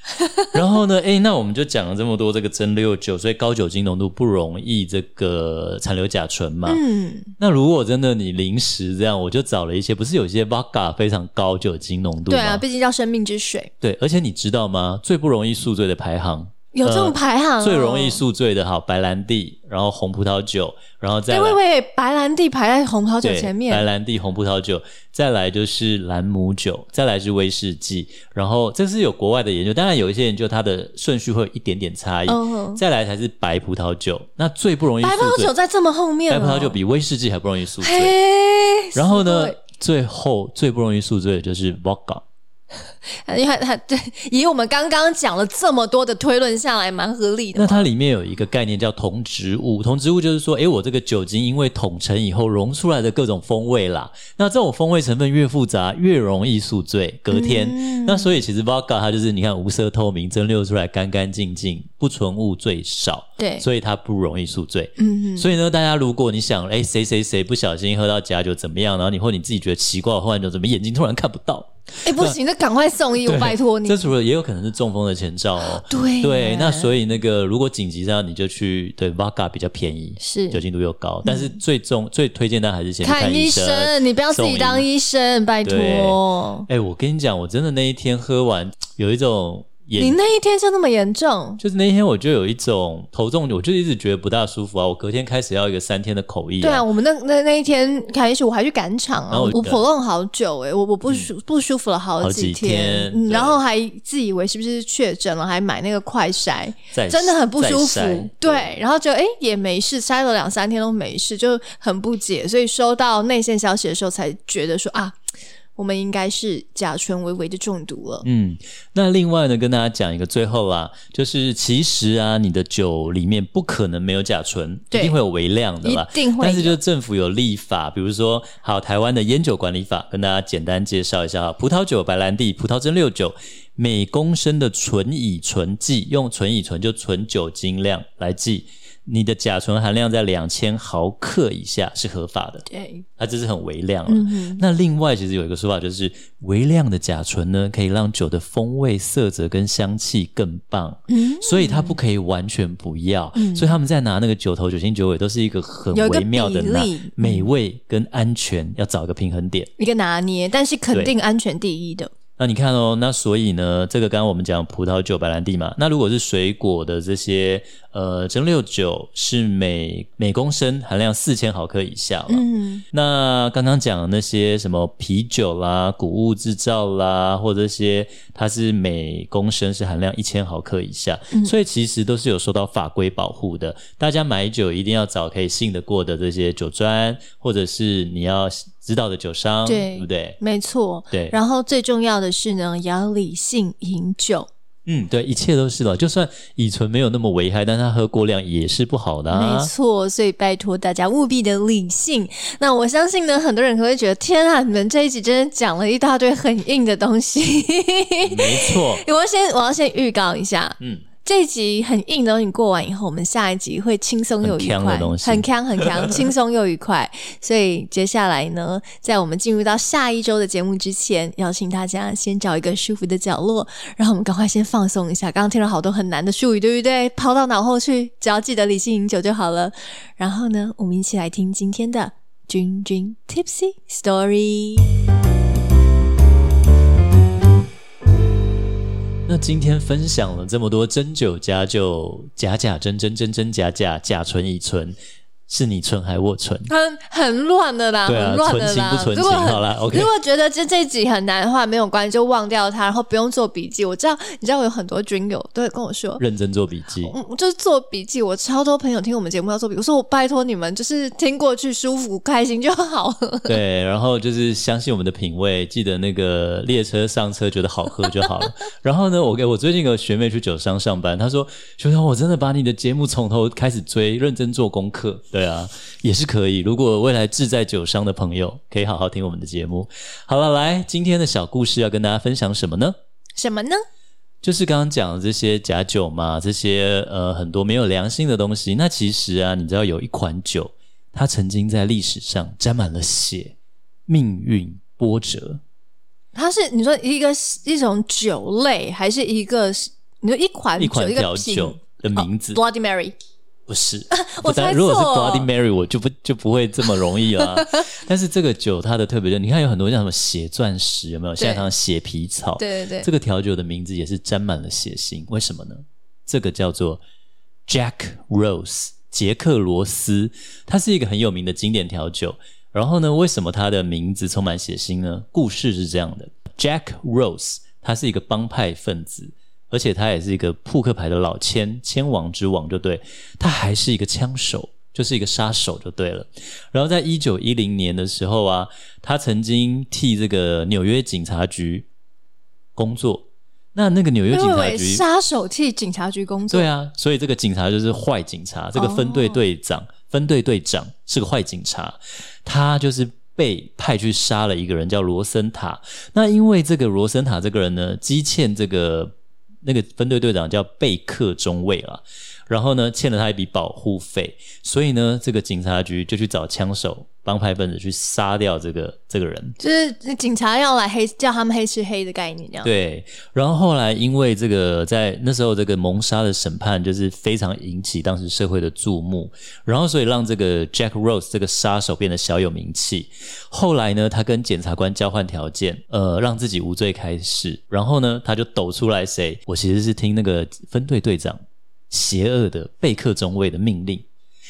[SPEAKER 2] 然后呢，诶，那我们就讲了这么多这个蒸馏酒，所以高酒精浓度不容易这个残留甲醇嘛。
[SPEAKER 1] 嗯，
[SPEAKER 2] 那如果真的你临时这样，我就找了一些，不是有一些 vodka 非常高酒精浓度吗？
[SPEAKER 1] 对啊，毕竟叫生命之水，
[SPEAKER 2] 对而且你知道吗？最不容易宿醉的排行，
[SPEAKER 1] 有这种排行哦、
[SPEAKER 2] 最容易宿醉的好白兰地，然后红葡萄酒，然后再
[SPEAKER 1] 哎，
[SPEAKER 2] 来
[SPEAKER 1] 喂喂，白兰地排在红桃酒
[SPEAKER 2] 对，
[SPEAKER 1] 前
[SPEAKER 2] 白
[SPEAKER 1] 面，
[SPEAKER 2] 兰地、红葡萄酒，再来就是兰姆酒，再来是威士忌，然后这是有国外的研究，当然有一些研究它的顺序会有一点点差异，
[SPEAKER 1] 嗯
[SPEAKER 2] 再来才是白葡萄酒，那最不容易
[SPEAKER 1] 白葡
[SPEAKER 2] 宿
[SPEAKER 1] 萄
[SPEAKER 2] 醉
[SPEAKER 1] 酒，在这么后面、
[SPEAKER 2] 白
[SPEAKER 1] 哦，
[SPEAKER 2] 葡萄酒比威士忌还不容易宿醉，
[SPEAKER 1] 嘿，
[SPEAKER 2] 然后呢
[SPEAKER 1] 是，
[SPEAKER 2] 最后最不容易宿醉的就是 vodka。
[SPEAKER 1] 对？因为它对，以我们刚刚讲了这么多的推论下来，蛮合理的
[SPEAKER 2] 那。它里面有一个概念叫同植物，同植物就是说，诶，我这个酒精因为统成以后溶出来的各种风味啦，那这种风味成分越复杂，越容易宿醉。隔天，
[SPEAKER 1] 嗯
[SPEAKER 2] 那所以其实 vodka 它就是你看无色透明，蒸馏出来干干净净，不纯物最少，
[SPEAKER 1] 对
[SPEAKER 2] 所以它不容易宿醉。
[SPEAKER 1] 嗯，
[SPEAKER 2] 所以呢，大家如果你想，诶，谁谁谁不小心喝到假酒怎么样，然后你或你自己觉得奇怪，忽然就怎么眼睛突然看不到，
[SPEAKER 1] 哎，不行，这赶快送医，我
[SPEAKER 2] 对
[SPEAKER 1] 拜托你
[SPEAKER 2] 这。除了也有可能是中风的前兆哦。
[SPEAKER 1] 对
[SPEAKER 2] 对
[SPEAKER 1] 耶，
[SPEAKER 2] 那所以那个如果紧急上你就去对 Vodka 比较便宜，
[SPEAKER 1] 是
[SPEAKER 2] 酒精度又高，但是最重、最推荐大家还是先去
[SPEAKER 1] 看
[SPEAKER 2] 医
[SPEAKER 1] 医生，你不要自己当。医生，拜哦
[SPEAKER 2] 对
[SPEAKER 1] 托。
[SPEAKER 2] 哎、我跟你讲，我真的那一天喝完有一种
[SPEAKER 1] 你
[SPEAKER 2] 严，
[SPEAKER 1] 那一天就那么严重？
[SPEAKER 2] 就是那一天我就有一种头重，我就一直觉得不大舒服啊。我隔天开始要一个三天的口译、
[SPEAKER 1] 对啊，，我们那那那一天开始，我还去赶场啊，
[SPEAKER 2] 然后
[SPEAKER 1] 我
[SPEAKER 2] 我
[SPEAKER 1] 喉咙好久哎诶、我我不舒、不舒服了好
[SPEAKER 2] 好
[SPEAKER 1] 几
[SPEAKER 2] 几天
[SPEAKER 1] 嗯
[SPEAKER 2] 对
[SPEAKER 1] 然后还自以为是不是确诊了，还买那个快筛，
[SPEAKER 2] 再
[SPEAKER 1] 真的很不舒服
[SPEAKER 2] 再筛。
[SPEAKER 1] 对，然后就哎、诶也没事，筛了两三天都没事，就很不解，所以收到内线消息的时候才觉得说啊，我们应该是甲醇微微的中毒了。
[SPEAKER 2] 嗯，那另外呢，跟大家讲一个最后啦，就是其实啊，你的酒里面不可能没有甲醇，一
[SPEAKER 1] 对
[SPEAKER 2] 定会有微量嗯的
[SPEAKER 1] 一
[SPEAKER 2] 啦。
[SPEAKER 1] 定会有
[SPEAKER 2] 但是就政府有立法，比如说好台湾的烟酒管理法，跟大家简单介绍一下哈。葡萄酒、白兰地、葡萄蒸馏酒，每公升的醇乙醇剂，用醇乙醇就纯酒精量来计，你的甲醇含量在两千毫克以下是合法的。
[SPEAKER 1] 对，
[SPEAKER 2] 它这是很微量了。
[SPEAKER 1] 嗯
[SPEAKER 2] 那另外，其实有一个说法就是，微量的甲醇呢，可以让酒的风味、色泽跟香气更棒。
[SPEAKER 1] 嗯
[SPEAKER 2] 所以它不可以完全不要。所以他们在拿那个酒头、酒精、酒尾，都是一个很
[SPEAKER 1] 有一个
[SPEAKER 2] 微妙的
[SPEAKER 1] 比
[SPEAKER 2] 拿
[SPEAKER 1] 例
[SPEAKER 2] 美味跟安全，要找一个平衡点。
[SPEAKER 1] 一个拿捏，但是肯
[SPEAKER 2] 对
[SPEAKER 1] 定安全第一的。
[SPEAKER 2] 那你看哦，那所以呢，这个刚刚我们讲葡萄酒、白兰地嘛，那如果是水果的这些呃蒸馏酒，是每每公升含量四千毫克以下了。
[SPEAKER 1] 嗯，
[SPEAKER 2] 那刚刚讲的那些什么啤酒啦、谷物制造啦，或者一些它是每公升是含量一千毫克以下，
[SPEAKER 1] 嗯
[SPEAKER 2] 所以其实都是有受到法规保护的。大家买酒一定要找可以信得过的这些酒庄，或者是你要知道的酒商，
[SPEAKER 1] 对
[SPEAKER 2] 不对？
[SPEAKER 1] 没错。
[SPEAKER 2] 对，
[SPEAKER 1] 然后最重要的是呢，也要理性饮酒，
[SPEAKER 2] 嗯，对，一切都是了。就算乙醇没有那么危害，但它喝过量也是不好的、啊。
[SPEAKER 1] 没错。所以拜托大家务必的理性。那我相信呢，很多人可能会觉得，天啊，你们这一集真的讲了一大堆很硬的东西。
[SPEAKER 2] 没错，
[SPEAKER 1] 欸我要先，我要先预告一下，
[SPEAKER 2] 嗯，
[SPEAKER 1] 这一集很硬的东西过完以后，我们下一集会轻松又愉
[SPEAKER 2] 很强
[SPEAKER 1] 快
[SPEAKER 2] 的东，西
[SPEAKER 1] 很强很强，轻松又愉快。所以接下来呢，在我们进入到下一周的节目之前，邀请大家先找一个舒服的角落，让我们赶快先放松一下。刚刚听了好多很难的术语，对不对？抛到脑后去，只要记得理性饮酒就好了。然后呢，我们一起来听今天的君君 Tipsy Story。
[SPEAKER 2] 那今天分享了这么多真酒假酒、假假真真真真假假、甲醇乙醇，是你醇还我醇？
[SPEAKER 1] 很很乱的啦，
[SPEAKER 2] 对啊
[SPEAKER 1] 很乱的啦。
[SPEAKER 2] 纯情不纯情
[SPEAKER 1] 如
[SPEAKER 2] 啊
[SPEAKER 1] 果很
[SPEAKER 2] 好啦，OK
[SPEAKER 1] 如果觉得这这集很难的话，没有关系，就忘掉它，然后不用做笔记。我知道，你知道我有很多军友都会跟我说。
[SPEAKER 2] 认真做笔记，
[SPEAKER 1] 嗯，就是做笔记，我超多朋友听我们节目要做笔记，我说我哦拜托你们，就是听过去舒服开心就好 了。
[SPEAKER 2] 对，然后就是相信我们的品味，记得那个列车上车觉得好喝就好了。然后呢，我给我最近有学妹去酒商上班，她说：“学长，我真的把你的节目从头开始追，认真做功课。” 对啊，也是可以。如果未来志在酒商的朋友，可以好好听我们的节目。好了，来，今天的小故事要跟大家分享什么呢？
[SPEAKER 1] 什么呢？
[SPEAKER 2] 就是刚刚讲的这些假酒嘛，这些呃很多没有良心的东西。那其实啊，你知道有一款酒，它曾经在历史上沾满了血，命运波折。
[SPEAKER 1] 它是你说一个一种酒类，还是一个你说一款
[SPEAKER 2] 一
[SPEAKER 1] 嗯酒
[SPEAKER 2] 款
[SPEAKER 1] 一个
[SPEAKER 2] 调
[SPEAKER 1] 品
[SPEAKER 2] 酒的名字、
[SPEAKER 1] 哦 Bloody Mary？
[SPEAKER 2] 不是，
[SPEAKER 1] 我
[SPEAKER 2] 不但
[SPEAKER 1] 猜
[SPEAKER 2] 如果是
[SPEAKER 1] 错了
[SPEAKER 2] Bloody Mary，我就不就不会这么容易 啦。但是这个酒它的特别的，你看有很多像什么血钻石，有没有？现在常常血皮草，
[SPEAKER 1] 对对
[SPEAKER 2] 这
[SPEAKER 1] 对，
[SPEAKER 2] 个调酒的名字也是沾满了血腥，为什么呢？这个叫做 Jack Rose 杰克罗斯，它是一个很有名的经典调酒。然后呢，为什么它的名字充满血腥呢？故事是这样的：Jack Rose 他是一个帮派分子，而且他也是一个扑克牌的老千，千王之王就对，他还是一个枪手，就是一个杀手就对了。然后在一九一零年的时候啊，他曾经替这个纽约警察局工作。那那个纽约警
[SPEAKER 1] 因
[SPEAKER 2] 察
[SPEAKER 1] 为
[SPEAKER 2] 局
[SPEAKER 1] 杀手替警察局工作，哦
[SPEAKER 2] 对啊，所以这个警察就是坏警察，这个分队队长、分队队长是个坏警察，他就是被派去杀了一个人叫罗森塔。那因为这个罗森塔这个人呢，积欠这个那个分队队长叫贝克中尉啊，然后呢欠了他一笔保护费，所以呢这个警察局就去找枪手。帮派分子去杀掉这个这个人。
[SPEAKER 1] 就是警察要来黑叫他们黑吃黑的概念，这样。
[SPEAKER 2] 对，然后后来因为这个在那时候这个谋杀的审判就是非常引起当时社会的注目，然后所以让这个 Jack Rose 这个杀手变得小有名气。后来呢，他跟检察官交换条件，呃，让自己无罪开释。然后呢，他就抖出来谁？我其实是听那个分队队长邪恶的贝克中尉的命令，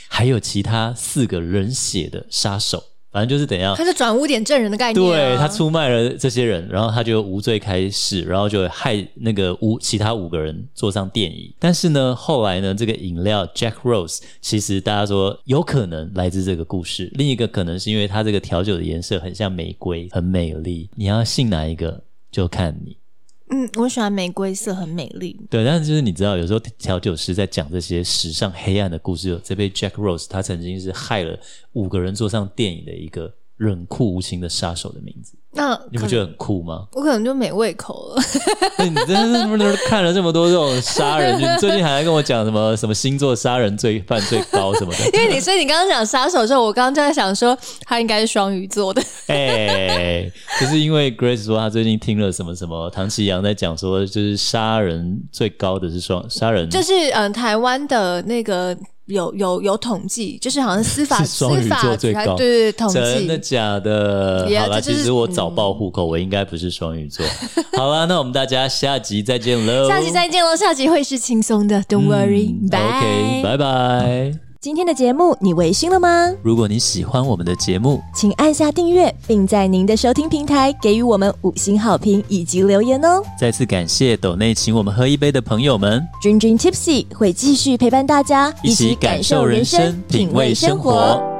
[SPEAKER 2] 还有其他四个人血的杀手，反正就是怎样
[SPEAKER 1] 他。是转污点证人的概念、啊，
[SPEAKER 2] 对他出卖了这些人，然后他就无罪开释，然后就害那个五其他五个人坐上电椅。但是呢，后来呢，这个饮料 Jack Rose 其实大家说有可能来自这个故事，另一个可能是因为它这个调酒的颜色很像玫瑰，很美丽。你要信哪一个就看你。
[SPEAKER 1] 嗯，我喜欢玫瑰色，很美丽。
[SPEAKER 2] 对，但是就是你知道，有时候调酒师在讲这些时尚黑暗的故事，这杯 Jack Rose 他曾经是害了五个人坐上电影的一个冷酷无情的杀手的名字。
[SPEAKER 1] 那
[SPEAKER 2] 你不
[SPEAKER 1] 可
[SPEAKER 2] 觉得很酷吗？
[SPEAKER 1] 我可能就没胃口了。
[SPEAKER 2] 你真的是不是看了这么多这种杀人剧？你最近还在跟我讲什么什么星座杀人罪犯最高什么的？
[SPEAKER 1] 因为你，所以你刚刚讲杀手的时候，我刚刚就在想说，他应该是双鱼座的。
[SPEAKER 2] 哎、就是因为 Grace 说她最近听了什么什么唐奇阳在讲说，就是杀人最高的是双杀人，
[SPEAKER 1] 就是嗯，台湾的那个有有有统计，就是好像司法
[SPEAKER 2] 是
[SPEAKER 1] 司
[SPEAKER 2] 双鱼
[SPEAKER 1] 法
[SPEAKER 2] 座最
[SPEAKER 1] 局还
[SPEAKER 2] 高
[SPEAKER 1] 对对对统
[SPEAKER 2] 真的
[SPEAKER 1] 计。
[SPEAKER 2] 假的
[SPEAKER 1] Yeah，
[SPEAKER 2] 好啦，
[SPEAKER 1] 这就是嗯
[SPEAKER 2] 其实我早报户口，我应该不是双鱼座。好啦，那我们大家下集再见喽，
[SPEAKER 1] 下集再见喽，下集会是轻松的，Don't
[SPEAKER 2] 哦嗯
[SPEAKER 1] worry，拜、
[SPEAKER 2] OK，拜拜。
[SPEAKER 3] 今天的节目你微醺了吗？
[SPEAKER 2] 如果你喜欢我们的节目，
[SPEAKER 3] 请按下订阅，并在您的收听平台给予我们五星好评以及留言哦。
[SPEAKER 2] 再次感谢斗内请我们喝一杯的朋友们，
[SPEAKER 3] 君君 Tipsy 会继续陪伴大家，
[SPEAKER 2] 一起感受人生，品味生活。